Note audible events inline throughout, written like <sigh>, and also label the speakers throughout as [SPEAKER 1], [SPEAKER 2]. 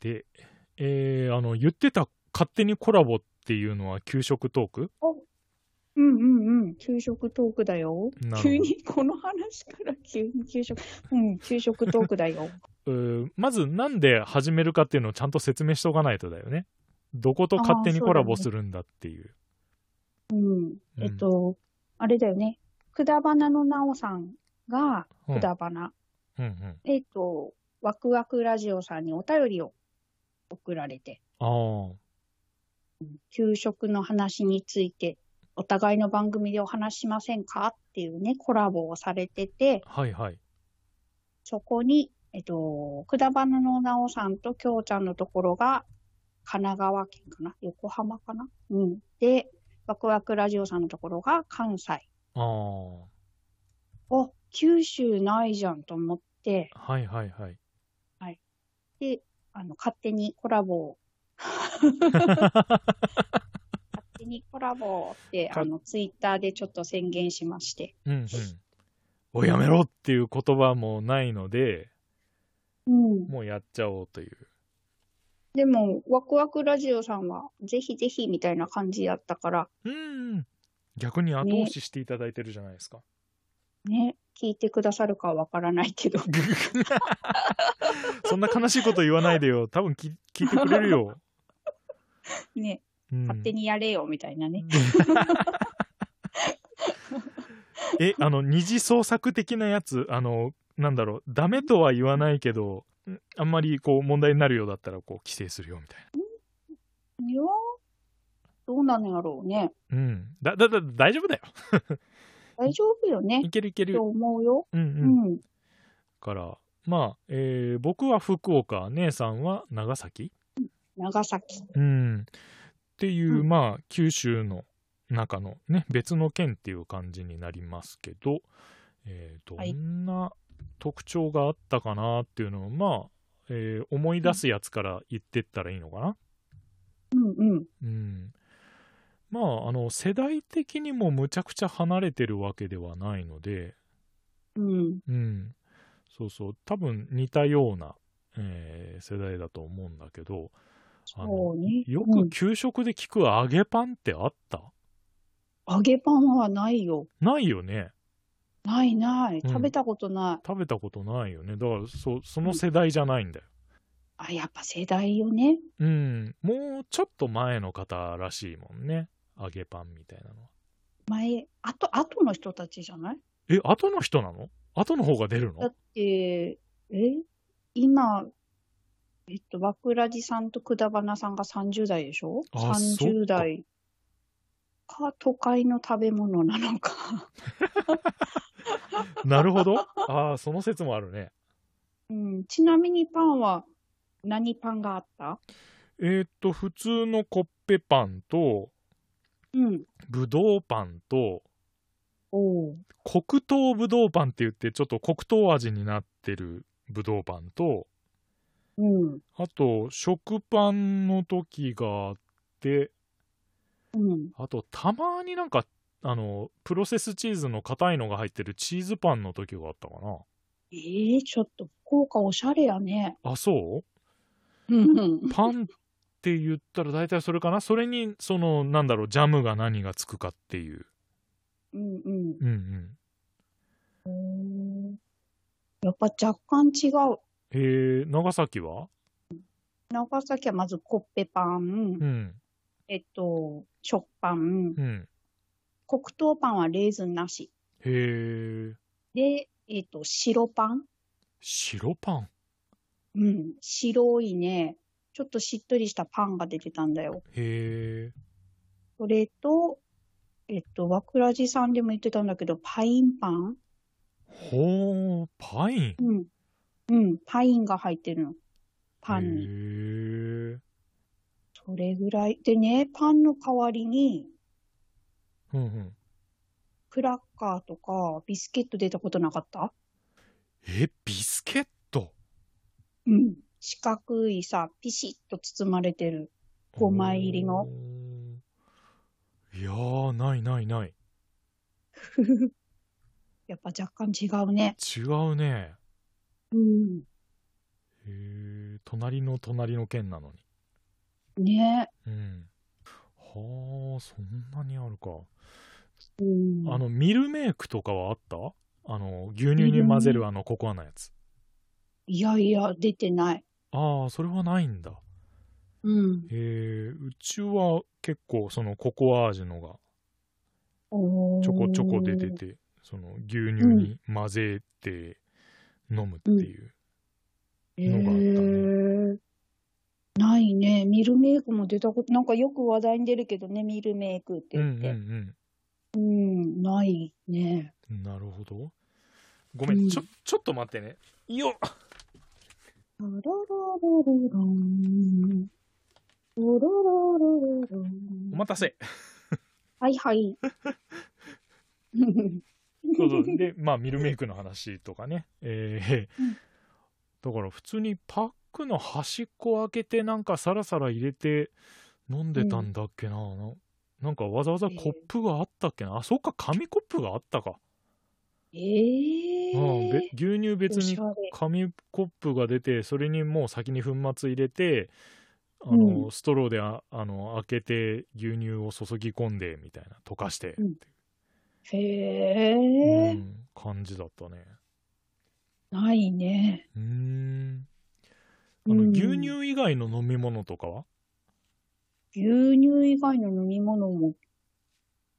[SPEAKER 1] で、えーあの、言ってた勝手にコラボっていうのは給食トーク
[SPEAKER 2] うんうんうん。給食トークだよ
[SPEAKER 1] なるほ。ど
[SPEAKER 2] 急に、この話から急に給食。うん、給食トークだよ。
[SPEAKER 1] うーまずなんで始めるかっていうのをちゃんと説明しておかないとだよね。どこと勝手にコラボするんだっていう。
[SPEAKER 2] うん。
[SPEAKER 1] うん
[SPEAKER 2] えっと、あれだよね。くだばなのなおさんが、
[SPEAKER 1] うん
[SPEAKER 2] くだばな。
[SPEAKER 1] うんうん。
[SPEAKER 2] えっと、ワクワクラジオさんにお便りを送られて、
[SPEAKER 1] ああ。
[SPEAKER 2] 給食の話について、お互いの番組でお話しませんかっていうね、コラボをされてて、
[SPEAKER 1] はいはい。
[SPEAKER 2] そこに、えっと、くだばなのなおさんときょうちゃんのところが、神奈川県かな横浜かなうん。で、ワクワクラジオさんのところが関西。
[SPEAKER 1] ああ。
[SPEAKER 2] お、九州ないじゃんと思って、
[SPEAKER 1] はいはいはい。
[SPEAKER 2] で、あの、勝手にコラボを、勝手にコラボをって、
[SPEAKER 1] か
[SPEAKER 2] あの、ツイッターでちょっと宣言しまして。
[SPEAKER 1] うんうん。おやめろっていう言葉もないので、
[SPEAKER 2] うん。
[SPEAKER 1] もうやっちゃおうという。
[SPEAKER 2] でも、ワクワクラジオさんは、ぜひぜひみたいな感じだったから、
[SPEAKER 1] うん。逆に後押ししていただいてるじゃないですか。
[SPEAKER 2] ね、聞いてくださるかはわからないけど、
[SPEAKER 1] <laughs> そんな悲しいこと言わないでよ。多分き聞いてくれる
[SPEAKER 2] <laughs>
[SPEAKER 1] よ。
[SPEAKER 2] ね、
[SPEAKER 1] うん
[SPEAKER 2] 勝手にやれよみたいなね。
[SPEAKER 1] <laughs> えあの二次創作的なやつあのなんだろうダメとは言わないけどんあんまりこう問題になるようだったらこう規制するよみたい
[SPEAKER 2] いやどうなのやろうね。
[SPEAKER 1] なうんだだだ大丈夫だよ
[SPEAKER 2] 大丈夫よね
[SPEAKER 1] い、けるいける
[SPEAKER 2] と思うよ。
[SPEAKER 1] うんう、
[SPEAKER 2] うん
[SPEAKER 1] だ
[SPEAKER 2] ん。
[SPEAKER 1] からまあ、えー僕は福岡姉さんは長崎
[SPEAKER 2] 長崎。
[SPEAKER 1] うんっていう、
[SPEAKER 2] うん
[SPEAKER 1] まあ九州の中のね別の県っていう感じになりますけど、えー
[SPEAKER 2] はい
[SPEAKER 1] どんな特徴があったかなっていうのをまあ、えー思い出すやつから言ってったらいいのかな。
[SPEAKER 2] うんうん。
[SPEAKER 1] うん、まああの世代的にもむちゃくちゃ離れてるわけではないので、
[SPEAKER 2] うん。
[SPEAKER 1] うん、そうそう多分似たような、えー世代だと思うんだけどあの
[SPEAKER 2] そうね。
[SPEAKER 1] よ
[SPEAKER 2] う
[SPEAKER 1] く
[SPEAKER 2] ん
[SPEAKER 1] 給食で聞く揚げパンってあった、
[SPEAKER 2] 揚げパンはないよ。
[SPEAKER 1] ないよね
[SPEAKER 2] ないな
[SPEAKER 1] う
[SPEAKER 2] い。
[SPEAKER 1] ん
[SPEAKER 2] 食べたことない。
[SPEAKER 1] 食べたことないよねだからそその世代じゃないんだよ、
[SPEAKER 2] あ、やっぱ世代よね。
[SPEAKER 1] うん、もうちょっと前の方らしいもんね揚げパンみたいなのは
[SPEAKER 2] 前、あと、あとの人たちじゃない
[SPEAKER 1] え後の人なの後の方が出る
[SPEAKER 2] だ <laughs>
[SPEAKER 1] の
[SPEAKER 2] って、え今、えっと、バクラジさんとくだばなさんが30代でしょ
[SPEAKER 1] あそっ
[SPEAKER 2] ?30
[SPEAKER 1] か
[SPEAKER 2] 代か都会の食べ物なのか。 <laughs>
[SPEAKER 1] なるほどああその説もあるね
[SPEAKER 2] うん、ちなみにパンは何パンがあった
[SPEAKER 1] えーっと普通のコッペパンと
[SPEAKER 2] うん。
[SPEAKER 1] ぶどうパンと
[SPEAKER 2] おう
[SPEAKER 1] 黒糖ぶどうパンって言ってちょっと黒糖味になってるぶどうパンと
[SPEAKER 2] うん。
[SPEAKER 1] あと食パンの時があって
[SPEAKER 2] うん。
[SPEAKER 1] あとたまになんかあのプロセスチーズの硬いのが入ってるチーズパンの時があったかな
[SPEAKER 2] えー、ちょっと福岡おしゃれやね。
[SPEAKER 1] あそう
[SPEAKER 2] うんうん。
[SPEAKER 1] パンって言ったら大体それかなそれにそのなんだろうジャムが何がつくかっていう
[SPEAKER 2] うんうん。
[SPEAKER 1] うんうん
[SPEAKER 2] うーんやっぱ若干違う。
[SPEAKER 1] えー、長崎は
[SPEAKER 2] 長崎はまずコッペパン、
[SPEAKER 1] うん
[SPEAKER 2] えっと、食パン、
[SPEAKER 1] うん
[SPEAKER 2] 黒糖パンはレーズンなし。
[SPEAKER 1] へえ
[SPEAKER 2] で、えっと、白パン。
[SPEAKER 1] 白パン
[SPEAKER 2] うん、白いね、ちょっとしっとりしたパンが出てたんだよ。
[SPEAKER 1] へえ
[SPEAKER 2] それと、えっと、わくらじさんでも言ってたんだけど、パインパン
[SPEAKER 1] ほうパイン
[SPEAKER 2] うん。うん、パインが入ってるの。パンに。
[SPEAKER 1] へえ
[SPEAKER 2] それぐらい。でね、パンの代わりに、
[SPEAKER 1] うんうん
[SPEAKER 2] クラッカーとかビスケット出たことなかった
[SPEAKER 1] えビスケット
[SPEAKER 2] うん。四角いさ、ピシッと包まれてる。五枚入りの
[SPEAKER 1] おーいやーないないない
[SPEAKER 2] やっぱ若干違うね。
[SPEAKER 1] 違うね
[SPEAKER 2] うん。
[SPEAKER 1] へえ隣の隣の県なのに。
[SPEAKER 2] ね
[SPEAKER 1] うん。はあ、そんなにあるか。
[SPEAKER 2] え。うん。
[SPEAKER 1] あの、ミルメイクとかはあったあの、牛乳に混ぜるあのココアのやつ。
[SPEAKER 2] いやいや、出てない。
[SPEAKER 1] ああ、それはないんだ。
[SPEAKER 2] うん。
[SPEAKER 1] へえ、うちは結構そのココア味のが
[SPEAKER 2] おー
[SPEAKER 1] ちょこちょこ出て。て、その牛乳に混ぜて飲むっていう。のがあったね
[SPEAKER 2] へーないね。ミルメイクも出たこと、なんかよく話題に出るけどね、ミルメイクって
[SPEAKER 1] うん
[SPEAKER 2] 言っ
[SPEAKER 1] うん
[SPEAKER 2] て。
[SPEAKER 1] うん。
[SPEAKER 2] うん、ないね。
[SPEAKER 1] なるほど。ごめん、
[SPEAKER 2] うん
[SPEAKER 1] ちょ、ちょっと待ってね。よっ
[SPEAKER 2] ラララララランララララララン
[SPEAKER 1] お待たせ。
[SPEAKER 2] はいはい。
[SPEAKER 1] そうそうで、まあ、ミルメイクの話とかね。えー
[SPEAKER 2] うん
[SPEAKER 1] だから、普通にパックの端っこ開けて、なんかサラサラ入れて飲んでたんだっけな。ななんかわざわざコップがあったっけな。あ、そっか、紙コップがあったか。
[SPEAKER 2] え
[SPEAKER 1] うん、べ
[SPEAKER 2] ー、
[SPEAKER 1] 牛乳別
[SPEAKER 2] おし
[SPEAKER 1] に
[SPEAKER 2] ゃれ。
[SPEAKER 1] 紙コップが出てそれにもう先に粉末入れてあの、
[SPEAKER 2] う
[SPEAKER 1] ストローでああの開けて牛乳を注ぎ込んでみたいな溶かして、う
[SPEAKER 2] へえ、
[SPEAKER 1] ん感じだったね
[SPEAKER 2] ないね。
[SPEAKER 1] うーんあの、
[SPEAKER 2] うん
[SPEAKER 1] 牛乳以外の飲み物とかは
[SPEAKER 2] 牛乳以外の飲み物も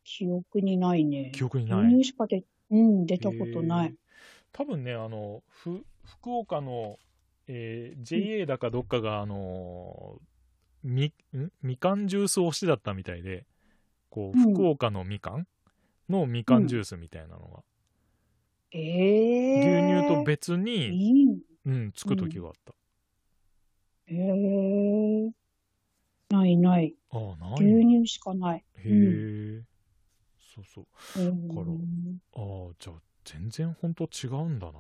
[SPEAKER 2] 記憶にないね。
[SPEAKER 1] 記憶にない
[SPEAKER 2] 牛乳しか出、うん、出たことな
[SPEAKER 1] えー
[SPEAKER 2] い。
[SPEAKER 1] 多分ねあのふ福岡の、えー JA だかどっかがあのみんみかんジュース推しだったみたいでこう
[SPEAKER 2] うん
[SPEAKER 1] 福岡のみかんのみかんジュースみたいなのが、
[SPEAKER 2] えー、
[SPEAKER 1] 牛乳と別に、
[SPEAKER 2] いいね。
[SPEAKER 1] うん、つく時があった、
[SPEAKER 2] へえ、ないない。
[SPEAKER 1] ああない
[SPEAKER 2] 牛
[SPEAKER 1] へ
[SPEAKER 2] 乳しかない。
[SPEAKER 1] え、そうそう
[SPEAKER 2] うん
[SPEAKER 1] ああじゃあ全然ほんと違うんだな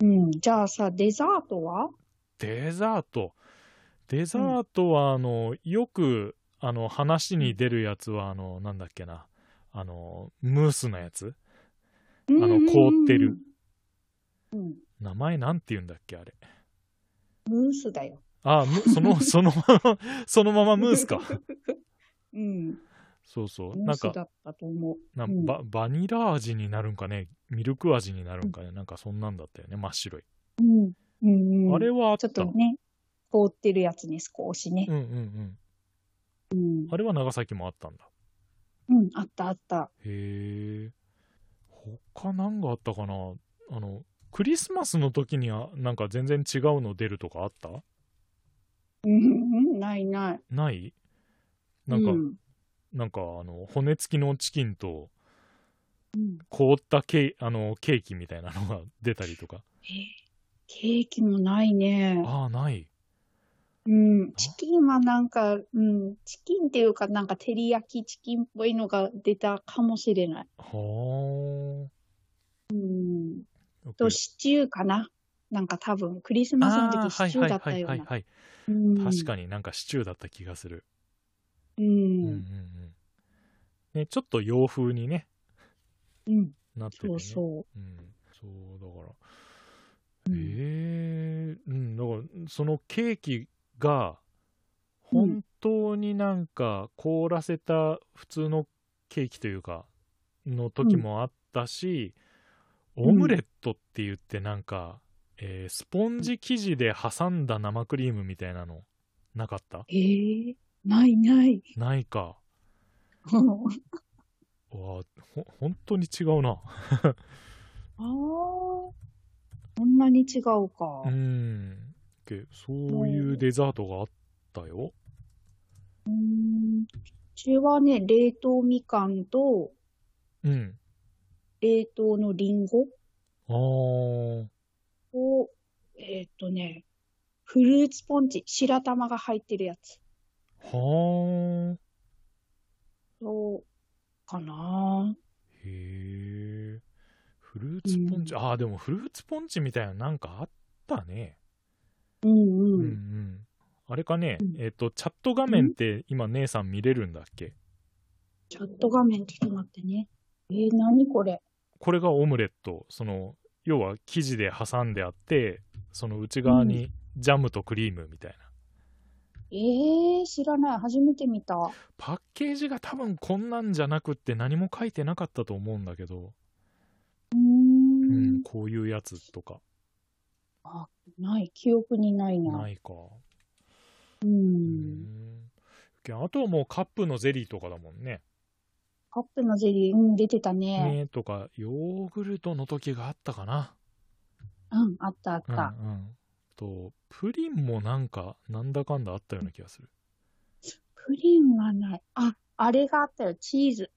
[SPEAKER 2] うん、じゃあさ、デザートは
[SPEAKER 1] デザートデザートはあの、よくあの話に出るやつはあのなんだっけなあのムースのやつ
[SPEAKER 2] あ
[SPEAKER 1] の凍ってる。
[SPEAKER 2] うんうんうん、
[SPEAKER 1] 名前なんて言うんだっけあれ
[SPEAKER 2] ムースだよ。
[SPEAKER 1] あ
[SPEAKER 2] <laughs>
[SPEAKER 1] むそのそのままそのままムースか
[SPEAKER 2] うん、
[SPEAKER 1] そうそう
[SPEAKER 2] ム
[SPEAKER 1] な
[SPEAKER 2] ー
[SPEAKER 1] ん
[SPEAKER 2] ス
[SPEAKER 1] か
[SPEAKER 2] だったと思う。
[SPEAKER 1] な
[SPEAKER 2] うん
[SPEAKER 1] ババニラ味になるんかねミルク味になるんかね、なんかそんなんだったよね真っ白い、
[SPEAKER 2] うん、うん、うん。
[SPEAKER 1] あれはあっ
[SPEAKER 2] ち
[SPEAKER 1] た
[SPEAKER 2] ょっとね、凍ってるやつね、少しね
[SPEAKER 1] うん。うんうん
[SPEAKER 2] うん、
[SPEAKER 1] あれは長崎もあったんだ
[SPEAKER 2] うん、あったあった。
[SPEAKER 1] へえ。他何があったかなあの、クリスマスの時にはなんか全然違うの出るとかあった
[SPEAKER 2] うんうん、ないない。
[SPEAKER 1] ないなんか、
[SPEAKER 2] うん
[SPEAKER 1] なんかあの、骨付きのチキンと
[SPEAKER 2] うん
[SPEAKER 1] 凍ったケーあのケーキみたいなのが出たりとか。
[SPEAKER 2] えーケーキもないね。
[SPEAKER 1] ああ、ない。
[SPEAKER 2] うん、チキンはなんか、うん、チキンっていうか、なんか照り焼きチキンっぽいのが出たかもしれない。
[SPEAKER 1] は
[SPEAKER 2] うん、
[SPEAKER 1] あ。
[SPEAKER 2] とシチューかな。なんか多分、クリスマスの時シチューだったよう
[SPEAKER 1] はいはいはいはい
[SPEAKER 2] な。
[SPEAKER 1] はい。確
[SPEAKER 2] 確
[SPEAKER 1] かになんかシチューだった気がする。
[SPEAKER 2] に。
[SPEAKER 1] うんうん
[SPEAKER 2] う
[SPEAKER 1] うん。ね、ちょっと洋風にね、
[SPEAKER 2] ん。うん。
[SPEAKER 1] なってて、ね。
[SPEAKER 2] そうそ
[SPEAKER 1] うん、そうだから、
[SPEAKER 2] う。うん
[SPEAKER 1] ええうん、だからそのケーキが本当になんか凍らせた普通のケーキというかの時もあったし、
[SPEAKER 2] ん
[SPEAKER 1] オムレットって言ってなんか、えースポンジ生地で挟んだ生クリームみたいなのなかった
[SPEAKER 2] えー、ないない。 <laughs>
[SPEAKER 1] ないかわあほ本当に違うな
[SPEAKER 2] ああ、こんなに違うか
[SPEAKER 1] う。んけそういうデザートがあったよ
[SPEAKER 2] うん。うちはね、冷凍みかんと、
[SPEAKER 1] うん
[SPEAKER 2] 冷凍のりんご
[SPEAKER 1] あー
[SPEAKER 2] を、えーっとね、フルーツポンチ、白玉が入ってるやつ。
[SPEAKER 1] はあ。
[SPEAKER 2] そう、かな
[SPEAKER 1] へえ。フルーツポンチ、
[SPEAKER 2] う
[SPEAKER 1] ああ、でもフルーツポンチみたいななんかあったね。
[SPEAKER 2] うんう。
[SPEAKER 1] うんうんん。あれかね、
[SPEAKER 2] うん
[SPEAKER 1] えっ、と、チャット画面って今姉さん見れるんだっけ
[SPEAKER 2] チャット画面ちょっと待ってね。えー、何これ。
[SPEAKER 1] これがオムレット。その、要は生地で挟んであって、その内側にジャムとクリームみたいな。
[SPEAKER 2] えー、知らない。初めて見た。
[SPEAKER 1] パッケージが多分こんなんじゃなくって何も書いてなかったと思うんだけど、
[SPEAKER 2] う
[SPEAKER 1] う
[SPEAKER 2] ー
[SPEAKER 1] んん、。こういうやつとか
[SPEAKER 2] あ、ない。記憶にないな。
[SPEAKER 1] ないか。
[SPEAKER 2] う。
[SPEAKER 1] うんん。あとはもうカップのゼリーとかだもんね。
[SPEAKER 2] カップのゼリー、うん、出てたね。
[SPEAKER 1] ねとか、ヨーグルトの時があったかな。
[SPEAKER 2] うん、あったあっ
[SPEAKER 1] うんう
[SPEAKER 2] た。
[SPEAKER 1] ん。と、プリンもなんか、なんだかんだあったような気がする。
[SPEAKER 2] プリンはない。あ、あれがあったよ。チーズ。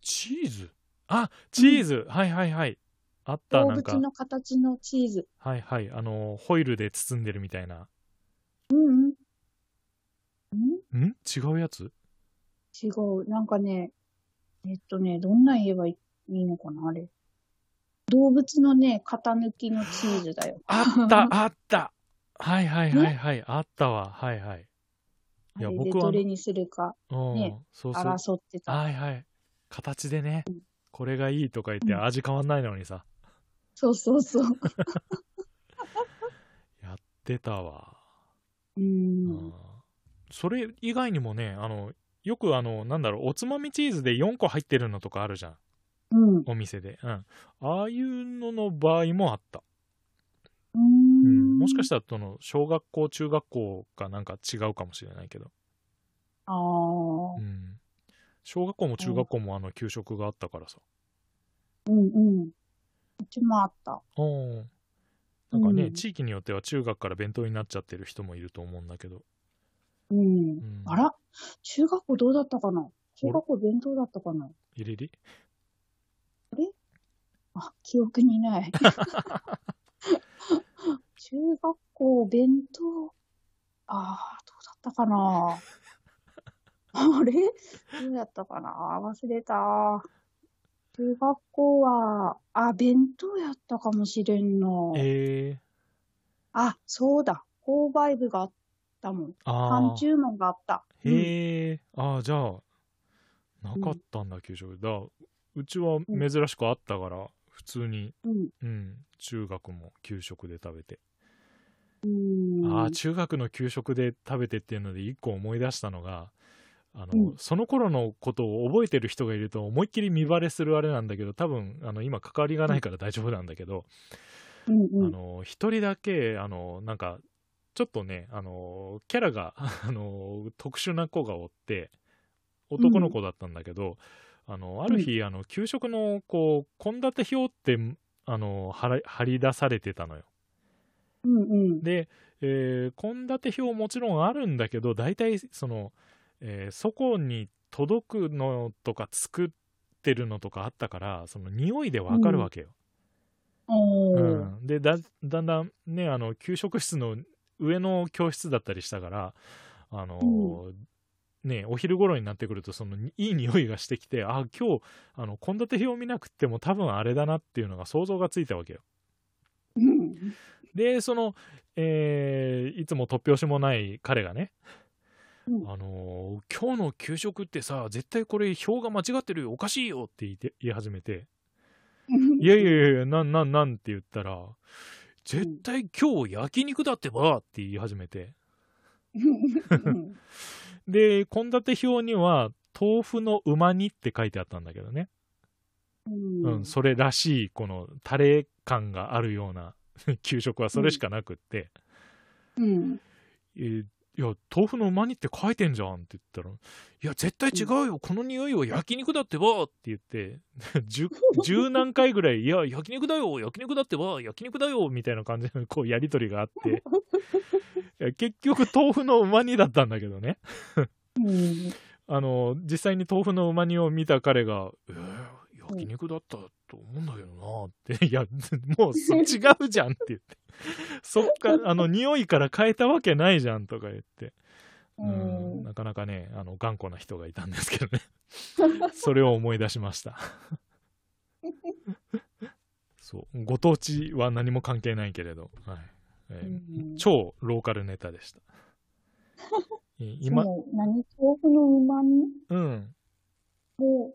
[SPEAKER 1] チーズあ、チーズ、はいはいはい。あった、
[SPEAKER 2] 動
[SPEAKER 1] なんか
[SPEAKER 2] 物。の形のチーズ。
[SPEAKER 1] はいはい。あの、ホイルで包んでるみたいな。
[SPEAKER 2] うんうん。
[SPEAKER 1] ん
[SPEAKER 2] ん
[SPEAKER 1] 違うや
[SPEAKER 2] <laughs>
[SPEAKER 1] つ
[SPEAKER 2] 違う。なんかね、えっとね、どんな言えばいいのかな、あれ。動物のね、型抜きのチーズだよ。
[SPEAKER 1] あった、あった。はいはいはいはい。あったわ。はいはい。いや
[SPEAKER 2] あれで
[SPEAKER 1] 僕は
[SPEAKER 2] どれにするか
[SPEAKER 1] うん。
[SPEAKER 2] ね
[SPEAKER 1] そうそう。
[SPEAKER 2] 争ってた。
[SPEAKER 1] はいはい。形でね、これがいいとか言って味変わんないのにさ、
[SPEAKER 2] そうそうそう。
[SPEAKER 1] やってたわ。
[SPEAKER 2] う
[SPEAKER 1] うん
[SPEAKER 2] ん。
[SPEAKER 1] それ以外にもね、あの、よくあの、なんだろう、おつまみチーズで4個入ってるのとかあるじゃん。
[SPEAKER 2] うん。
[SPEAKER 1] お店で。うん。ああいうのの場合もあった。う
[SPEAKER 2] う
[SPEAKER 1] ん。
[SPEAKER 2] ん。
[SPEAKER 1] もしかしたたら、その、小学校、中学校がなんか違うかもしれないけど。
[SPEAKER 2] ら。ああ。
[SPEAKER 1] うん。小学校も中学校もあの、給食があったからさ。
[SPEAKER 2] うんうん。うちもあった。
[SPEAKER 1] うん。なんかね、
[SPEAKER 2] うん
[SPEAKER 1] 地域によっては中学から弁当になっちゃってる人もいると思うんだけど。
[SPEAKER 2] うん。
[SPEAKER 1] うん、
[SPEAKER 2] あら中学校どうだったかな中学校弁当だったかな
[SPEAKER 1] 入れり
[SPEAKER 2] あ、記憶
[SPEAKER 1] <laughs>
[SPEAKER 2] にない。中学校弁当、ああ、どうだったかなあれどうだったかな忘れた。中学校は、あ、弁当やったかもしれんの。
[SPEAKER 1] ええ
[SPEAKER 2] あ、そうだ。購買部があったもん。
[SPEAKER 1] あ
[SPEAKER 2] 半
[SPEAKER 1] あ。
[SPEAKER 2] 注文があった。うん
[SPEAKER 1] へえ、ああ、じゃあ、なかったんだ、給食。だ、うちは珍しくあったから、普通に、
[SPEAKER 2] うん。
[SPEAKER 1] うん、中学も給食で食べて。
[SPEAKER 2] うん。
[SPEAKER 1] ああ、中学の給食で食べてっていうので、一個思い出したのが、あの、
[SPEAKER 2] うん
[SPEAKER 1] その頃のことを覚えてる人がいると、思いっきり見バレするあれなんだけど、多分、あの、今、関わりがないから大丈夫なんだけど、
[SPEAKER 2] うんう
[SPEAKER 1] あ
[SPEAKER 2] ん。
[SPEAKER 1] の一人だけあのなんかちょっとねあのキャラが <laughs> あの特殊な子がおって男の子だったんだけど、あのある日、あの給食のこう献立表ってあの貼ら貼り出されてたのよ。
[SPEAKER 2] うんうん。
[SPEAKER 1] でえー献立、表もちろんあるんだけど大体その、えーそこに届くのとか作ってるのとかあったからその匂いでわかるわけよ。
[SPEAKER 2] おー。
[SPEAKER 1] うん、でだだんだんねあの給食室の上の教室だったりしたからあのーねお昼頃になってくるとそのいい匂いがしてきてあ今日あの献立表見なくっても多分あれだなっていうのが想像がついたわけよ。
[SPEAKER 2] うん
[SPEAKER 1] でその、えーいつも突拍子もない彼がね、
[SPEAKER 2] うん
[SPEAKER 1] あのー今日の給食ってさ絶対これ表が間違ってるよおかしいよ」って言って言い始めていやいやいやいや、なんなんなんって言ったら、絶対今日焼肉だってばって言い始めて。
[SPEAKER 2] うん
[SPEAKER 1] で、献立表には、豆腐のうま煮って書いてあったんだけどね。うん、それらしい、このタレ感があるような <laughs> 給食はそれしかなくって、
[SPEAKER 2] うん。
[SPEAKER 1] えーいや、豆腐のうま煮って書いてんじゃんって言ったら、いや、絶対違うよ、この匂いは焼肉だってばって言って、 <laughs> 十十何回ぐらい、いや、焼肉だよ、焼肉だってば、焼肉だよ、みたいな感じの、こう、やりとりがあって、いや結局、豆腐のうま煮だったんだけどね。
[SPEAKER 2] うん。
[SPEAKER 1] あの、実際に豆腐のうま煮を見た彼が、えー焼肉だったと思うんだけどなって、いや、もうそ違うじゃんって言って、そっか、あの、匂いから変えたわけないじゃんとか言って、
[SPEAKER 2] う
[SPEAKER 1] うん
[SPEAKER 2] ん
[SPEAKER 1] なかなかね、あの、頑固な人がいたんですけど
[SPEAKER 2] <laughs>
[SPEAKER 1] ね。それを思い出しました。そう。ご当地は何も関係ないけれど、はいえー
[SPEAKER 2] うん
[SPEAKER 1] 超ローカルネタで
[SPEAKER 2] <laughs>
[SPEAKER 1] した。えー今、
[SPEAKER 2] そう何豆腐のうまみ
[SPEAKER 1] うん。
[SPEAKER 2] を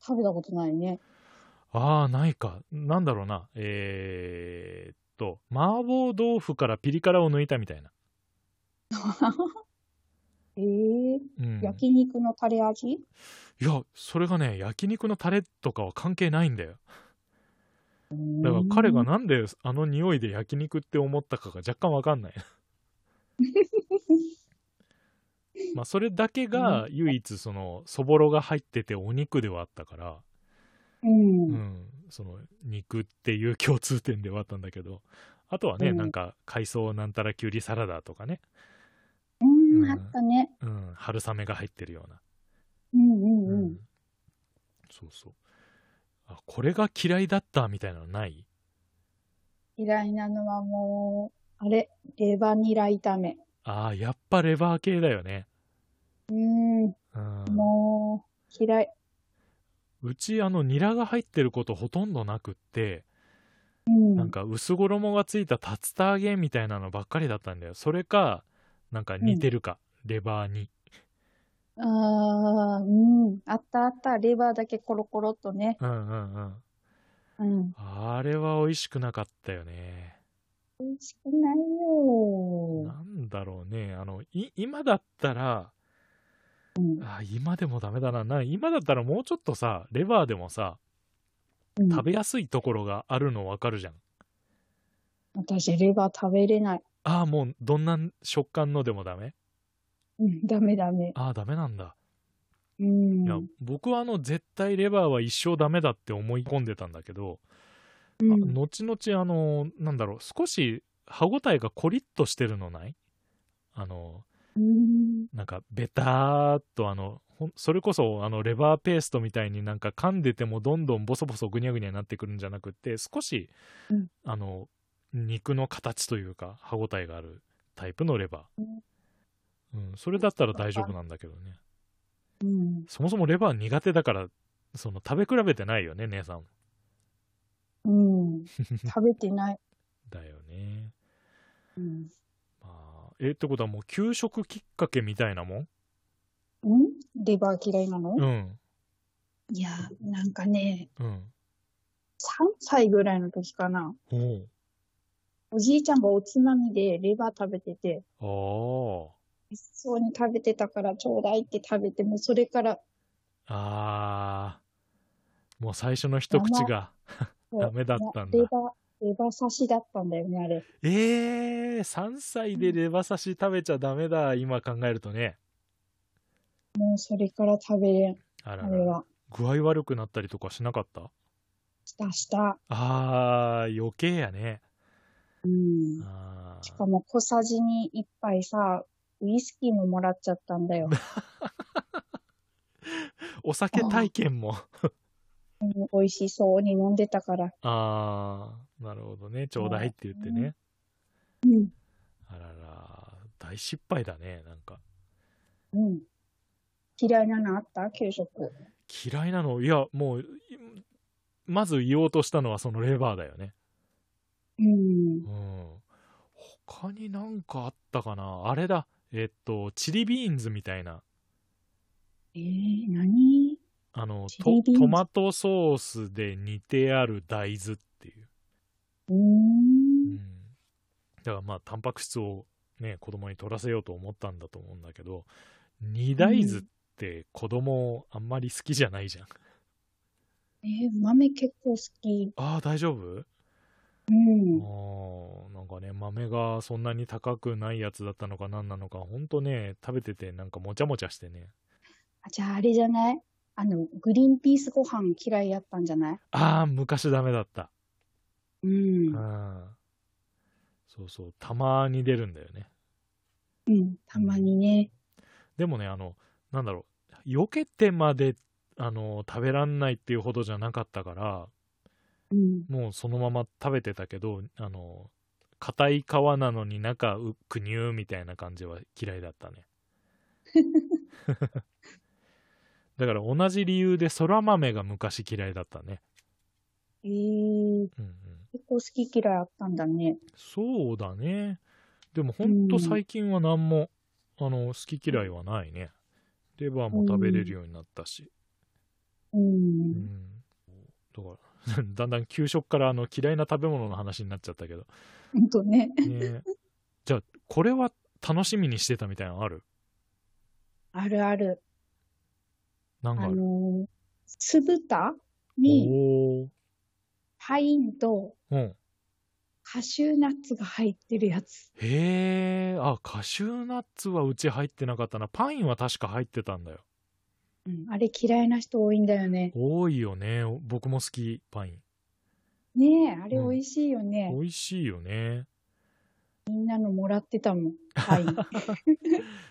[SPEAKER 2] 食べたことないね。
[SPEAKER 1] ああ、ないか。なんだろうな。えーっと麻婆豆腐からピリ辛を抜いたみたいな、
[SPEAKER 2] えー、
[SPEAKER 1] うん、
[SPEAKER 2] 焼肉のタレ味
[SPEAKER 1] いやそれがね焼肉のタレとかは関係ないんだよだから彼がなんであの匂いで焼肉って思ったかが若干わかん
[SPEAKER 2] <laughs>
[SPEAKER 1] ないまあそれだけが唯一そのそぼろが入っててお肉ではあったから、
[SPEAKER 2] う
[SPEAKER 1] う
[SPEAKER 2] ん。うん
[SPEAKER 1] ん、その肉っていう共通点ではあったんだけどあとはね、
[SPEAKER 2] うん
[SPEAKER 1] なんか海藻なんたらきゅうりサラダとかね、
[SPEAKER 2] うん
[SPEAKER 1] うん
[SPEAKER 2] あったね。
[SPEAKER 1] うん、春雨が入ってるような、
[SPEAKER 2] うんうんうん。
[SPEAKER 1] そうそうあこれが嫌いだったみたいなのない
[SPEAKER 2] 嫌いなのはもう、あれ、レバニラ炒め。
[SPEAKER 1] あーやっぱレバー系だよね、
[SPEAKER 2] うん、
[SPEAKER 1] うん、
[SPEAKER 2] もう、嫌い。
[SPEAKER 1] うちあのニラが入ってることほとんどなくって、
[SPEAKER 2] うん。
[SPEAKER 1] なんか薄衣がついた竜田揚げみたいなのばっかりだったんだよそれかなんか似てるか、レバーに
[SPEAKER 2] ああ、うん。あったあった。レバーだけコロコロっとね。
[SPEAKER 1] うんうんうん
[SPEAKER 2] うん。
[SPEAKER 1] あれは美味しくなかったよね。
[SPEAKER 2] 美味しくないよ
[SPEAKER 1] なんだろうね。あの、い、今だったら、
[SPEAKER 2] うん
[SPEAKER 1] あ、今でもダメだな。な、今だったらもうちょっとさ、レバーでもさ、
[SPEAKER 2] うん。
[SPEAKER 1] 食べやすいところがあるのわかるじゃん。
[SPEAKER 2] 私、レバー食べれない。
[SPEAKER 1] ああ、もうどんな食感のでもダメ
[SPEAKER 2] うん、ダメダメ。
[SPEAKER 1] ああ、ダメなんだ。
[SPEAKER 2] うん。
[SPEAKER 1] いや、僕はあの、絶対レバーは一生ダメだって思い込んでたんだけど、
[SPEAKER 2] う
[SPEAKER 1] あ
[SPEAKER 2] ん、
[SPEAKER 1] 後々あの、なんだろう、少し歯ごたえがコリッとしてるのないあの、
[SPEAKER 2] うん。
[SPEAKER 1] なんかベターっとあのほんそれこそあのレバーペーストみたいになんか噛んでてもどんどんボソボソぐにゃぐにゃになってくるんじゃなくって少し、
[SPEAKER 2] うん
[SPEAKER 1] あの肉の形というか歯ごたえがあるタイプのレバー、うん、それだったら大丈夫なんだけどね
[SPEAKER 2] うん。
[SPEAKER 1] そもそもレバー苦手だからその食べ比べてないよね姉さん <laughs>
[SPEAKER 2] うん。食べてない。
[SPEAKER 1] だよね
[SPEAKER 2] うん。
[SPEAKER 1] まあえってことはもう給食きっかけみたいなもん
[SPEAKER 2] うんレバー嫌いなの
[SPEAKER 1] うん
[SPEAKER 2] いや、なんかね、
[SPEAKER 1] うん
[SPEAKER 2] 3歳ぐらいの時かな。
[SPEAKER 1] お
[SPEAKER 2] おじいちゃんがおつまみでレバー食べてて、
[SPEAKER 1] お
[SPEAKER 2] 美味しそうに食べてたからちょうだいって食べて、もうそれから、
[SPEAKER 1] あー、もう最初の一口が。
[SPEAKER 2] そう
[SPEAKER 1] ダメだったんだ
[SPEAKER 2] レバー、レバー刺しだったんだよね、あれ。
[SPEAKER 1] えー、3歳でレバ刺し食べちゃダメだ、今考えるとね。
[SPEAKER 2] もうそれから食べれん、
[SPEAKER 1] あら
[SPEAKER 2] あ
[SPEAKER 1] ら
[SPEAKER 2] れは。
[SPEAKER 1] 具合悪くなったりとかしなかった
[SPEAKER 2] したした。
[SPEAKER 1] あー、余計やね。
[SPEAKER 2] うん。
[SPEAKER 1] あ
[SPEAKER 2] し
[SPEAKER 1] ー
[SPEAKER 2] かも小さじに一杯さ、ウイスキーももらっちゃったんだよ。
[SPEAKER 1] お酒体験も。
[SPEAKER 2] うん美味しそうに飲んでたから。
[SPEAKER 1] あー、なるほどね。ちょうだいって言ってね。
[SPEAKER 2] うん。
[SPEAKER 1] あらら、大失敗だね、なんか。
[SPEAKER 2] うん。嫌いなのあった給食。
[SPEAKER 1] 嫌いなの、いや、もう、いまず言おうとしたのはそのレバーだよね。
[SPEAKER 2] うん。
[SPEAKER 1] うん。他になんかあったかなあれだ。えっと、チリビーンズみたいな。
[SPEAKER 2] えー、何
[SPEAKER 1] あの、
[SPEAKER 2] チ
[SPEAKER 1] と
[SPEAKER 2] リビーンズ
[SPEAKER 1] トマトソースで煮てある大豆っていう。
[SPEAKER 2] うー。
[SPEAKER 1] うんん。だからまあ、タンパク質をね、子供に取らせようと思ったんだと思うんだけど、煮大豆って子供あんまり好きじゃないじゃん。
[SPEAKER 2] えー、豆結構好き。
[SPEAKER 1] ああ、大丈夫
[SPEAKER 2] うん。
[SPEAKER 1] あーなんかね豆がそんなに高くないやつだったのか何なのかほんとね食べててなんかもちゃもちゃしてね
[SPEAKER 2] あじゃああれじゃないあの、グリーンピースご飯嫌いやったんじゃない
[SPEAKER 1] ああ昔ダメだった
[SPEAKER 2] う
[SPEAKER 1] う
[SPEAKER 2] ん。
[SPEAKER 1] んそうそう、たまに出るんだよね。
[SPEAKER 2] うん。たまにね。
[SPEAKER 1] でもね、あの、なんだろう、避けてまで、あの、食べらんないっていうほどじゃなかったから、
[SPEAKER 2] うん。
[SPEAKER 1] もうそのまま食べてたけど、あの、硬い皮なのに中、うくにゅーみたいな感じは嫌いだったね。だから同じ理由で空豆が昔嫌いだったね。
[SPEAKER 2] えー、
[SPEAKER 1] うんうん、
[SPEAKER 2] 結構好き嫌いあったんだね。
[SPEAKER 1] そうだね。でもほんと最近は何も、あの、好き嫌いはないね。レバーも食べれるようになったし。
[SPEAKER 2] う
[SPEAKER 1] うん
[SPEAKER 2] ん。
[SPEAKER 1] だだから <laughs> だんだん給食からあの嫌いな食べ物の話になっちゃったけど、
[SPEAKER 2] 本当ね。
[SPEAKER 1] ね <laughs> じゃあこれは楽しみにしてたみたいなのある
[SPEAKER 2] あるある。
[SPEAKER 1] なんか
[SPEAKER 2] あ
[SPEAKER 1] ある
[SPEAKER 2] のー、酢豚に
[SPEAKER 1] おお
[SPEAKER 2] パインと
[SPEAKER 1] うん
[SPEAKER 2] カシューナッツが入ってるやつ。
[SPEAKER 1] へえあカシューナッツはうち入ってなかったなパインは確か入ってたんだよ
[SPEAKER 2] うん、あれ嫌いな人多いんだよね。
[SPEAKER 1] 多いよね僕も好きパイン
[SPEAKER 2] ねえ、あれ
[SPEAKER 1] うん
[SPEAKER 2] 美味しいよね。
[SPEAKER 1] 美味しいよね
[SPEAKER 2] みんなのもらってたもん。パイン。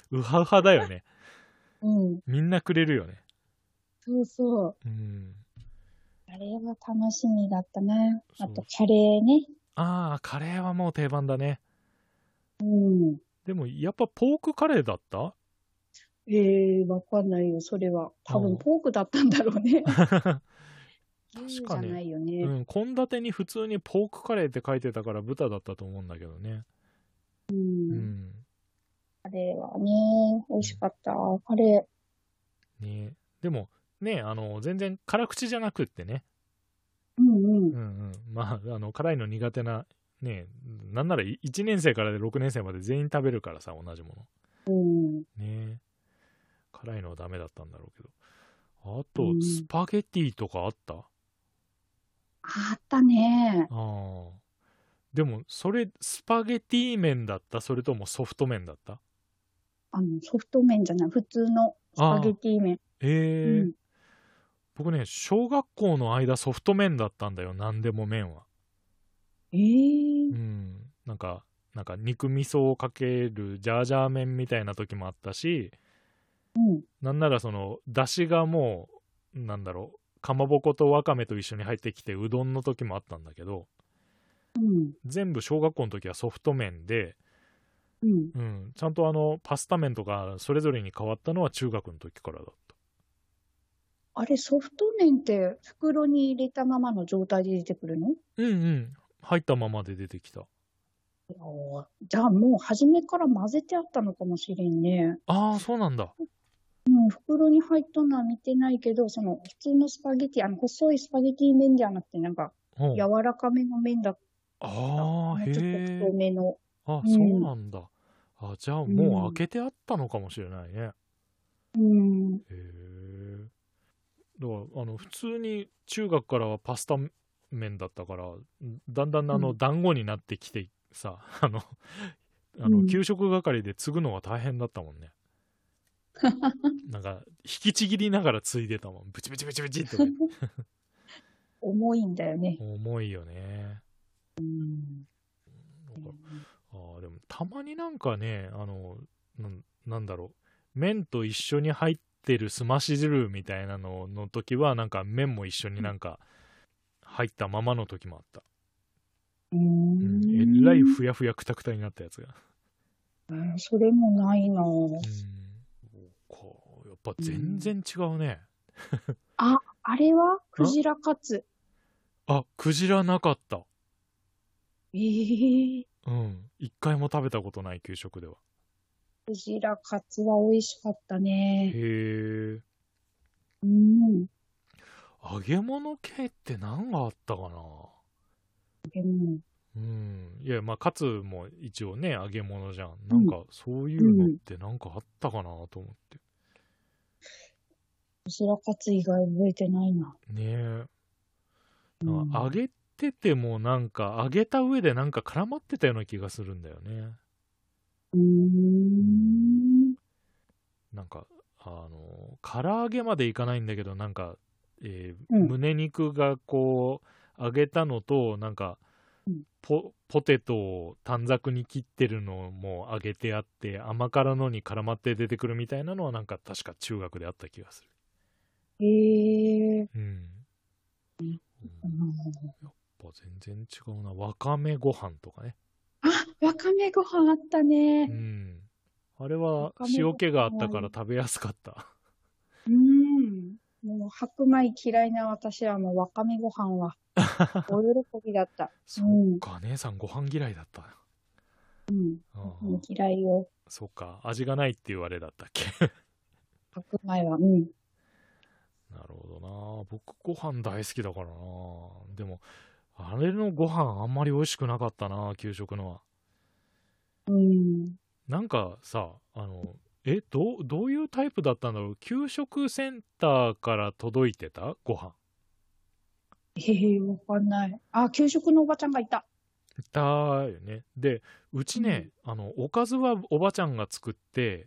[SPEAKER 1] ウハウハだよね
[SPEAKER 2] <laughs> うん。
[SPEAKER 1] みんなくれるよね
[SPEAKER 2] そうそう。
[SPEAKER 1] うん
[SPEAKER 2] あれは楽しみだったな。
[SPEAKER 1] そ
[SPEAKER 2] あ
[SPEAKER 1] う
[SPEAKER 2] と、カレーね。
[SPEAKER 1] ああカレーはもう定番だね
[SPEAKER 2] うん。
[SPEAKER 1] でもやっぱポークカレーだった
[SPEAKER 2] ええわかんないよ、それは。多
[SPEAKER 1] う
[SPEAKER 2] 分、
[SPEAKER 1] ん
[SPEAKER 2] ポークだったんだろう
[SPEAKER 1] <laughs>
[SPEAKER 2] ね。牛
[SPEAKER 1] 確
[SPEAKER 2] じ
[SPEAKER 1] か
[SPEAKER 2] ゃ
[SPEAKER 1] ね
[SPEAKER 2] ないよ
[SPEAKER 1] う
[SPEAKER 2] ね。
[SPEAKER 1] ん献立、に普通にポークカレーって書いてたから豚だったと思うんだけどね
[SPEAKER 2] う。
[SPEAKER 1] うんん
[SPEAKER 2] カレーはね、美味しかった。カレー。
[SPEAKER 1] ねでもねあの全然辛口じゃなくってね
[SPEAKER 2] うんうん
[SPEAKER 1] うん。うんまああの辛いの苦手なねなんなら1年生から6年生まで全員食べるからさ同じも
[SPEAKER 2] うん。
[SPEAKER 1] のね辛いのはダメだったんだろうけどあと、
[SPEAKER 2] うん
[SPEAKER 1] スパゲティとかあった
[SPEAKER 2] あったね。
[SPEAKER 1] ああ。でも、それ、スパゲティ麺だったそれともソフト麺だった
[SPEAKER 2] あの、ソフト麺じゃない、普通のスパゲティ麺。う
[SPEAKER 1] ええ
[SPEAKER 2] ん。
[SPEAKER 1] 僕ね、小学校の間ソフト麺だったんだよ、何でも麺は。
[SPEAKER 2] ええ
[SPEAKER 1] うん。なんか、なんか肉味噌をかけるジャージャー麺みたいな時もあったし、
[SPEAKER 2] うん。
[SPEAKER 1] なんならその、だしがもう、なんだろう、かまぼことわかめと一緒に入ってきて、うどんの時もあったんだけど、
[SPEAKER 2] うん。
[SPEAKER 1] 全部小学校の時はソフト麺で、
[SPEAKER 2] うん。
[SPEAKER 1] うん、ちゃんとあのパスタ麺とかそれぞれに変わったのは中学の時からだっ
[SPEAKER 2] あれ、ソフト麺って袋に入れたままの状態で出てくるの
[SPEAKER 1] たうんうん入ったままで出てきた
[SPEAKER 2] ああじゃあもう初めから混ぜてあったのかもしれんね。
[SPEAKER 1] ああそうなんだ
[SPEAKER 2] うん、袋に入ったのは見てないけど、その普通のスパゲティ、あの細いスパゲティ麺じゃなくて、なんか
[SPEAKER 1] うんあ
[SPEAKER 2] 柔らかめの麺だっ
[SPEAKER 1] あ
[SPEAKER 2] た。
[SPEAKER 1] ー
[SPEAKER 2] ちょっ
[SPEAKER 1] へ
[SPEAKER 2] と太
[SPEAKER 1] え
[SPEAKER 2] めの。
[SPEAKER 1] あ
[SPEAKER 2] うん
[SPEAKER 1] そうなんだあじゃあも
[SPEAKER 2] う
[SPEAKER 1] うん開けてあったのかもしれないね、
[SPEAKER 2] うん。
[SPEAKER 1] へえだからあの普通に中学からはパスタ麺だったからだんだんあの
[SPEAKER 2] う
[SPEAKER 1] 団子になってきてさ <laughs> あのあ
[SPEAKER 2] う
[SPEAKER 1] の
[SPEAKER 2] ん
[SPEAKER 1] 給食係で継ぐのは大変だったもん
[SPEAKER 2] <laughs>
[SPEAKER 1] ねなんか引きちぎりながら継いでたもんブチブチブチブチって
[SPEAKER 2] <laughs> 重いんだよね。
[SPEAKER 1] 重いよね
[SPEAKER 2] う
[SPEAKER 1] な
[SPEAKER 2] ん。
[SPEAKER 1] んかあーでもたまになんかねあのなんなんだろう麺と一緒に入ってるすまし汁みたいなのの時はなんか麺も一緒になんか入ったままの時もあった、
[SPEAKER 2] う
[SPEAKER 1] うん
[SPEAKER 2] ん。
[SPEAKER 1] えらいふやふやくたくたになったやつが
[SPEAKER 2] うんそれもないなぁ
[SPEAKER 1] うんこうやっぱ全然違うね、
[SPEAKER 2] あれはクジラカツ。
[SPEAKER 1] あクジラなかった
[SPEAKER 2] ええ
[SPEAKER 1] うん一回も食べたことない給食では
[SPEAKER 2] クジラカツは美味しかったね。
[SPEAKER 1] へえ
[SPEAKER 2] うん。
[SPEAKER 1] 揚げ物系って何があったかな
[SPEAKER 2] でも、
[SPEAKER 1] うんいやまあカツも一応ね揚げ物じゃんなんかそういうのってなんかあったかなと思って、
[SPEAKER 2] クジラカツ以外覚えてないな。
[SPEAKER 1] ねえ
[SPEAKER 2] う
[SPEAKER 1] なん
[SPEAKER 2] ん
[SPEAKER 1] か揚げててもなんか揚げた上でなんか絡まってたような気がするんだよね
[SPEAKER 2] うーん。
[SPEAKER 1] なんかあの唐揚げまでいかないんだけどなんか、えー
[SPEAKER 2] うん
[SPEAKER 1] 胸肉がこう揚げたのとなんか
[SPEAKER 2] うん
[SPEAKER 1] ポポテトを短冊に切ってるのも揚げてあって甘辛のに絡まって出てくるみたいなのはなんか確か中学であった気がす
[SPEAKER 2] ええ
[SPEAKER 1] るうん、
[SPEAKER 2] う
[SPEAKER 1] や
[SPEAKER 2] ん
[SPEAKER 1] っぱ全然違うなわかめご飯とかね
[SPEAKER 2] あ、わかめご飯あったね
[SPEAKER 1] う。んあれは
[SPEAKER 2] わかめご飯
[SPEAKER 1] 塩気があったから食べやすかった
[SPEAKER 2] うん。もう白米嫌いな私はもうわかめご飯
[SPEAKER 1] <laughs>
[SPEAKER 2] はお喜びだった。
[SPEAKER 1] そうっ
[SPEAKER 2] ん。
[SPEAKER 1] か姉さんご飯嫌いだった
[SPEAKER 2] うん。
[SPEAKER 1] あー
[SPEAKER 2] もう嫌いよ。
[SPEAKER 1] そっか味がないって言われだったっけ
[SPEAKER 2] 白米は。うん。
[SPEAKER 1] なるほどな僕ご飯大好きだからなでもあれのご飯あんまり美味しくなかったな給食のは
[SPEAKER 2] うん。
[SPEAKER 1] なんかさあのえどうどういうタイプだったんだろう給食センターから届いてたご飯
[SPEAKER 2] へえ、わかんない。あ、給食のおばちゃんがいた。
[SPEAKER 1] いたよねでうちね、あのおかずはおばちゃんが作って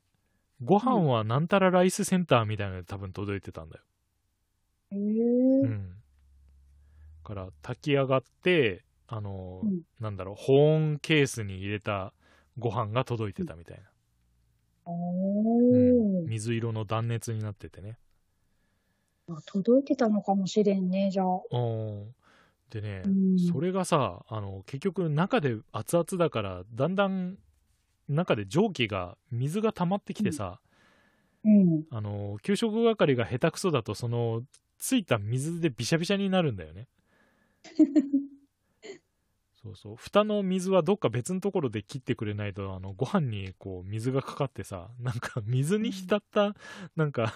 [SPEAKER 1] ご飯はなんたらライスセンターみたいなので多分届いてたんだよ
[SPEAKER 2] へえ。
[SPEAKER 1] うん、から炊き上がってあの、
[SPEAKER 2] うん
[SPEAKER 1] なんだろう保温ケースに入れたご飯が届いてたみたいな、
[SPEAKER 2] お
[SPEAKER 1] うん
[SPEAKER 2] ー
[SPEAKER 1] 水色の断熱になっててね
[SPEAKER 2] あ届いてたのかもしれんね、じゃあ。
[SPEAKER 1] おーでね、
[SPEAKER 2] うん。
[SPEAKER 1] それがさあの結局中で熱々だからだんだん中で蒸気が水が溜まってきてさ、
[SPEAKER 2] うん。
[SPEAKER 1] あの給食係が下手くそだとそのついた水でびしゃびしゃになるんだよねそうそう蓋の水はどっか別のところで切ってくれないとあのご飯にこう水がかかってさなんか水に浸ったなんか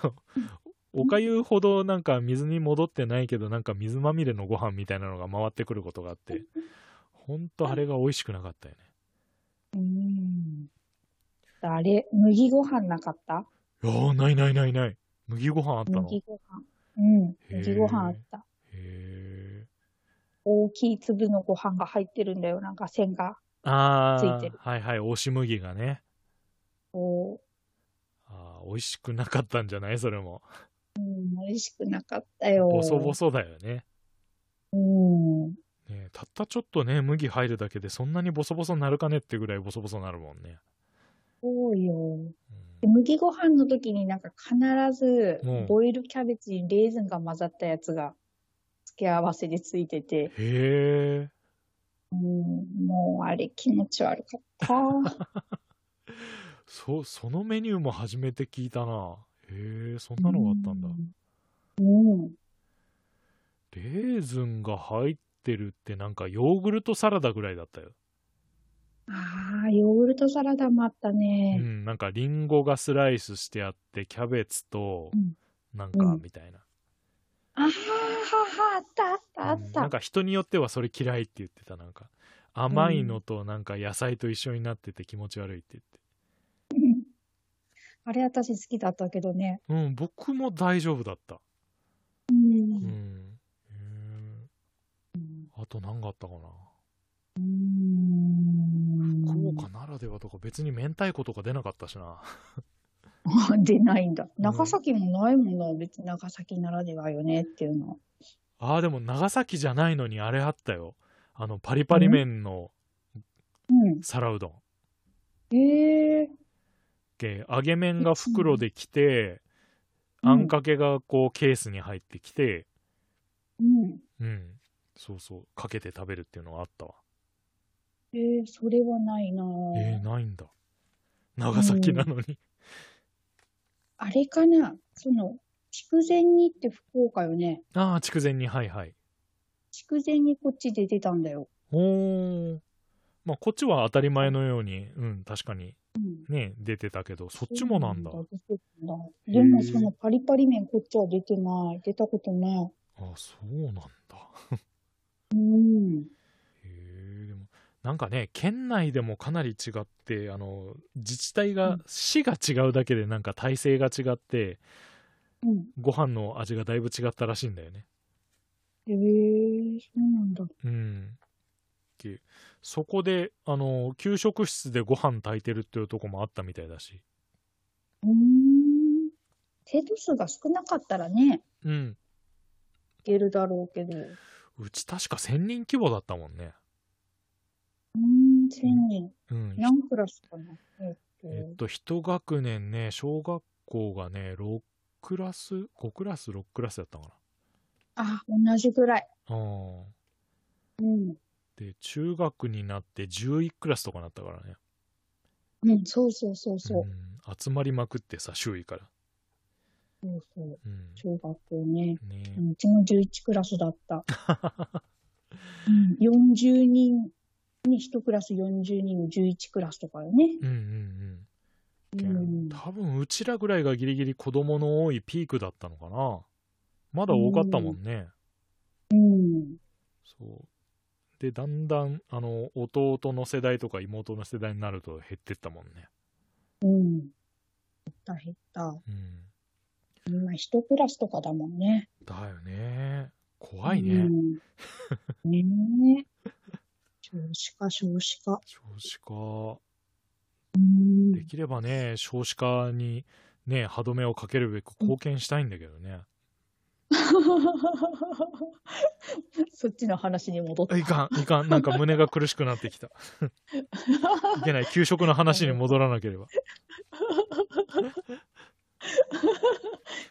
[SPEAKER 1] おかゆほどなんか水に戻ってないけどなんか水まみれのご飯みたいなのが回ってくることがあってほんとあれが美味しくなかったよね
[SPEAKER 2] うん。あれ、麦ご飯なかった
[SPEAKER 1] いやーないないないない麦ご飯あったのへ
[SPEAKER 2] 麦ご飯。うん。
[SPEAKER 1] へー
[SPEAKER 2] 麦ご飯あった。
[SPEAKER 1] え
[SPEAKER 2] 大きい粒のご飯が入ってるんだよ、なんか線が。
[SPEAKER 1] あ
[SPEAKER 2] ついて
[SPEAKER 1] ー
[SPEAKER 2] る
[SPEAKER 1] はいはい押し麦がね
[SPEAKER 2] こ
[SPEAKER 1] あー美味しくなかったんじゃないそれも
[SPEAKER 2] う、うん、美味しくなかったよ。
[SPEAKER 1] ボソボソだよね
[SPEAKER 2] うん。
[SPEAKER 1] ねえたったちょっとね麦入るだけでそんなにボソボソなるかねってぐらいボソボソなるもんね、
[SPEAKER 2] そうよ。
[SPEAKER 1] うん
[SPEAKER 2] で麦ご飯の時になんか必ず
[SPEAKER 1] うん
[SPEAKER 2] ボイルキャベツにレーズンが混ざったやつが付け合わせでついてて、
[SPEAKER 1] へえ
[SPEAKER 2] うん、もうあれ気持ち悪かった。
[SPEAKER 1] そそのメニューも初めて聞いたなへえそんなのがあったんだ
[SPEAKER 2] うん。うん。
[SPEAKER 1] レーズンが入ってるってなんかヨーグルトサラダぐらいだったよ、
[SPEAKER 2] ああ、ヨーグルトサラダもあった
[SPEAKER 1] う
[SPEAKER 2] ね。
[SPEAKER 1] ん、なんかリンゴがスライスしてあってキャベツと
[SPEAKER 2] うん
[SPEAKER 1] なんかみたいな、
[SPEAKER 2] ああ、はは、あったあったあっ
[SPEAKER 1] うんなん
[SPEAKER 2] た。
[SPEAKER 1] か人によってはそれ嫌いって言ってたなんか甘いのとなんか野菜と一緒になってて気持ち悪いって言って
[SPEAKER 2] あれ私好きだったけどね。
[SPEAKER 1] うん僕も大丈夫だったう
[SPEAKER 2] う。
[SPEAKER 1] んんへ
[SPEAKER 2] うん
[SPEAKER 1] ーあと何があったかな
[SPEAKER 2] うん
[SPEAKER 1] 福岡ならではとか別に明太子とか出なかったしな
[SPEAKER 2] あ出ないんだ。長崎もないもの、別に長崎ならではよねっていうのは。
[SPEAKER 1] あーでも長崎じゃないのにあれあったよあのパリパリ麺の
[SPEAKER 2] うん。
[SPEAKER 1] 皿うどん
[SPEAKER 2] ええ
[SPEAKER 1] で揚げ麺が袋できて
[SPEAKER 2] うん
[SPEAKER 1] あんかけがこうケースに入ってきて
[SPEAKER 2] うん。
[SPEAKER 1] うんそうそうかけて食べるっていうのがあったわ
[SPEAKER 2] ええそれはないなぁ
[SPEAKER 1] えー、ないんだ。長崎なのに。
[SPEAKER 2] あれかなその、筑前煮って福岡よね。
[SPEAKER 1] <laughs> ああ、筑前に、はいはい。
[SPEAKER 2] 筑前煮こっちで出たんだよ。
[SPEAKER 1] おー。まあ、こっちは当たり前のように、うん、確かに
[SPEAKER 2] うん。
[SPEAKER 1] ね、出てたけど、そっちもなんだ。
[SPEAKER 2] そ
[SPEAKER 1] あ
[SPEAKER 2] う出てたんだ
[SPEAKER 1] へえ
[SPEAKER 2] でもそのパリパリ麺こっちは出てない。出たことない。
[SPEAKER 1] そうなんだ。
[SPEAKER 2] うん。
[SPEAKER 1] へえ、でも、なんかね、県内でもかなり違って、あの、自治体が、
[SPEAKER 2] うん
[SPEAKER 1] 市が違うだけで、なんか体制が違って、
[SPEAKER 2] うん。
[SPEAKER 1] ご飯の味がだいぶ違ったらしいんだよね。
[SPEAKER 2] ええそうなんだ。
[SPEAKER 1] うん。でそこで、あの、給食室でご飯炊いてるっていうとこもあったみたいだし。
[SPEAKER 2] うーん。生徒数が少なかったらね、
[SPEAKER 1] うん。
[SPEAKER 2] いけるだろうけど。う
[SPEAKER 1] うち確か1000人規模だったもんね。
[SPEAKER 2] ーん、千人。
[SPEAKER 1] うん。
[SPEAKER 2] 何クラスかなえっと、
[SPEAKER 1] えっと、一学年ね、小学校がね、6クラス、5クラス、6クラスだったか
[SPEAKER 2] あ、同じぐらい。
[SPEAKER 1] な。うん。
[SPEAKER 2] うん。
[SPEAKER 1] で、中学になって11クラスとかなったからね。
[SPEAKER 2] うん、そうそうそうそう。
[SPEAKER 1] ん、集まりまくってさ、周囲から。
[SPEAKER 2] そうそう。
[SPEAKER 1] うん。
[SPEAKER 2] 小学校ね。う
[SPEAKER 1] ね
[SPEAKER 2] んうちも11クラス
[SPEAKER 1] <laughs>
[SPEAKER 2] だった。うん、40人に1クラス40人の11クラスとかよね。
[SPEAKER 1] うんうん
[SPEAKER 2] う
[SPEAKER 1] うん。
[SPEAKER 2] ん。
[SPEAKER 1] 多分、うちらぐらいがギリギリ子供の多いピークだったのかな。まだ多かったもんね。
[SPEAKER 2] うん。
[SPEAKER 1] そう。で、だんだん、あの、弟の世代とか妹の世代になると減ってったもんね。
[SPEAKER 2] うん。減った減った。
[SPEAKER 1] うん。
[SPEAKER 2] 今一クラスとかだもんね。
[SPEAKER 1] だよね。怖いね。
[SPEAKER 2] うん、ねえ。少子化少子化。
[SPEAKER 1] 少子
[SPEAKER 2] う
[SPEAKER 1] 化。<laughs>
[SPEAKER 2] ん。
[SPEAKER 1] できればね、少子化にね、歯止めをかけるべく貢献したいんだけどね。
[SPEAKER 2] そっちの話に戻っ
[SPEAKER 1] あいかん、いかん。なんか胸が苦しくなって <laughs> きた。いけない。給食の話に戻らなければ。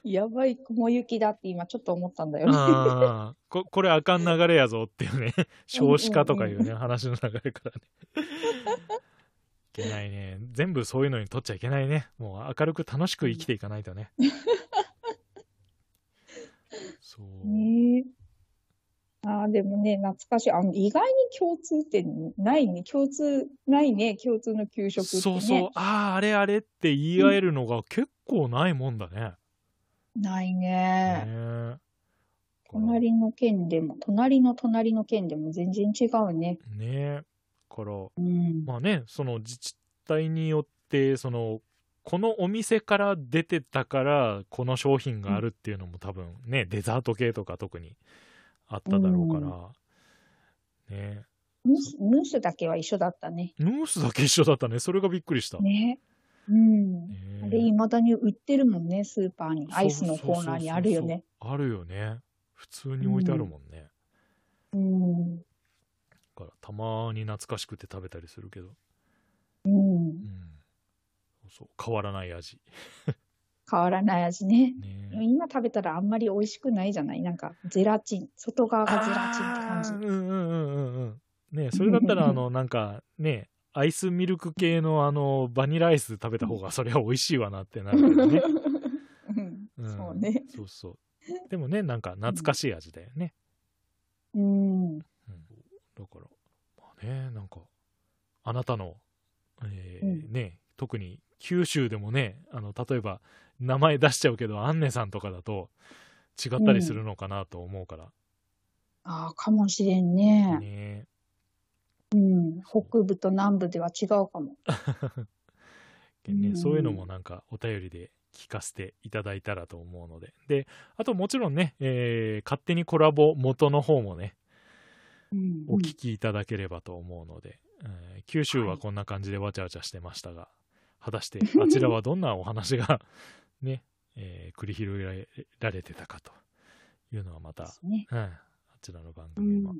[SPEAKER 2] やばい雲行きだって今ちょっと思ったんだよね。
[SPEAKER 1] ああ、ここれあかん流れやぞっていうね、少子化とかいうね、話の流れからね。いけないね。全部そういうのにとっちゃいけないね。もう明るく楽しく生きていかないとね。そう。
[SPEAKER 2] ねえ。ああ、でもね、懐かしい。あの、意外に共通点ないね。共通、ないね。共通の給食ってね。
[SPEAKER 1] そうそう。ああ、あれあれって言い合えるのが結構ないもんだね。
[SPEAKER 2] ない
[SPEAKER 1] ね
[SPEAKER 2] ね。
[SPEAKER 1] え
[SPEAKER 2] 隣の県でも、隣の隣の県でも全然違うね。
[SPEAKER 1] ねえ。から、
[SPEAKER 2] うん。
[SPEAKER 1] まあね、その自治体によって、その、このお店から出てたから、この商品があるっていうのも多分ね、デザート系とか特にあっただろうから、ね、
[SPEAKER 2] ムース、ムースだけは一緒だったね。
[SPEAKER 1] ヌースだけ一緒だったね。それがびっくりした。
[SPEAKER 2] ね。うん。
[SPEAKER 1] ね
[SPEAKER 2] あれ、未だに売ってるもんね、スーパーに。アイスのコーナーにあるよね。
[SPEAKER 1] あるよね。普通に置いてあるもんね。
[SPEAKER 2] うん。
[SPEAKER 1] だからたまに懐かしくて食べたりするけど、
[SPEAKER 2] うん
[SPEAKER 1] う。ん、そうそう変わらない味。
[SPEAKER 2] 変わらない味ね。
[SPEAKER 1] ね
[SPEAKER 2] 今食べたらあんまり美味しくないじゃないなんか、ゼラチン。外側がゼラチンって感じ
[SPEAKER 1] あー。うんうんうんうんうん。ねそれだったら、あの、なんかね、アイスミルク系のあの、バニラアイス食べた方がそりゃ美味しいわなってなるけど
[SPEAKER 2] <laughs>
[SPEAKER 1] ね。
[SPEAKER 2] うん
[SPEAKER 1] ん
[SPEAKER 2] そうね。
[SPEAKER 1] そうそう。でもね、なんか懐かしい味だよね。
[SPEAKER 2] うん。
[SPEAKER 1] うんだから、まあね、なんか、あなたの、えー
[SPEAKER 2] うん
[SPEAKER 1] ね、特に九州でもね、あの、例えば、名前出しちゃうけど、アンネさんとかだと違ったりするのかなと思うから。
[SPEAKER 2] ああ、かもしれんね。
[SPEAKER 1] ね
[SPEAKER 2] うん。北部と南部では違うかも。
[SPEAKER 1] ね
[SPEAKER 2] うん
[SPEAKER 1] そういうのもなんかお便りで聞かせていただいたらと思うので。で、あともちろんね、えー勝手にコラボ元の方もね、
[SPEAKER 2] うん。
[SPEAKER 1] お聞きいただければと思うので、えー九州はこんな感じでわちゃわちゃしてましたが、果た
[SPEAKER 2] <laughs>
[SPEAKER 1] してあちらはどんなお話が <laughs> ね、えー繰り広げられてたかというのはま
[SPEAKER 2] で
[SPEAKER 1] た
[SPEAKER 2] す、ね。
[SPEAKER 1] うん、あちらの番
[SPEAKER 2] う
[SPEAKER 1] 組
[SPEAKER 2] ん
[SPEAKER 1] も。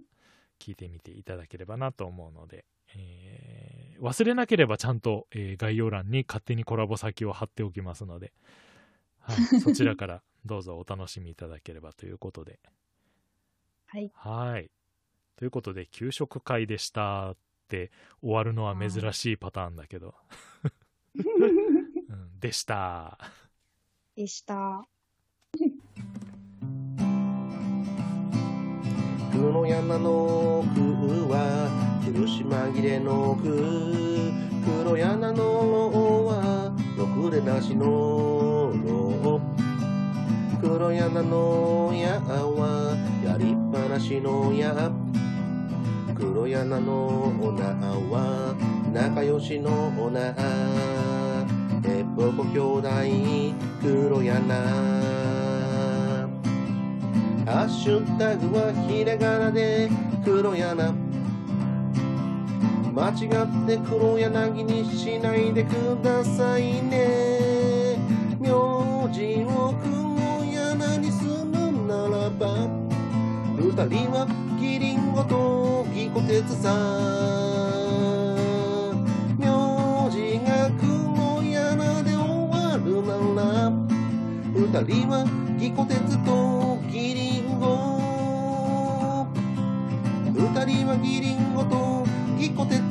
[SPEAKER 1] 聞いてみていただければなと思うので、えー忘れなければちゃんと、えー概要欄に勝手にコラボ先を貼っておきますので、
[SPEAKER 2] <laughs>
[SPEAKER 1] はい、そちらからどうぞお楽しみいただければということで。
[SPEAKER 2] はい。
[SPEAKER 1] はい。ということで、給食会でしたって終わるのは珍しいパターンだけ
[SPEAKER 2] <laughs>
[SPEAKER 1] ど、うん、でした。
[SPEAKER 2] でした。
[SPEAKER 3] 黒の山の奥は苦し紛れの奥黒柳の王はろくでなしの王黒柳の矢はやりっぱなしの矢黒柳の女は仲良しの女えっぽこ兄弟黒柳ハッシュタグはひらがなで黒柳間違って黒柳にしないでくださいね名字を黒柳にするならば二人はキリンゴとギコテツさ名字が黒柳で終わるなら二人はギコ鉄とギリンゴ二人はギリンゴとギコ鉄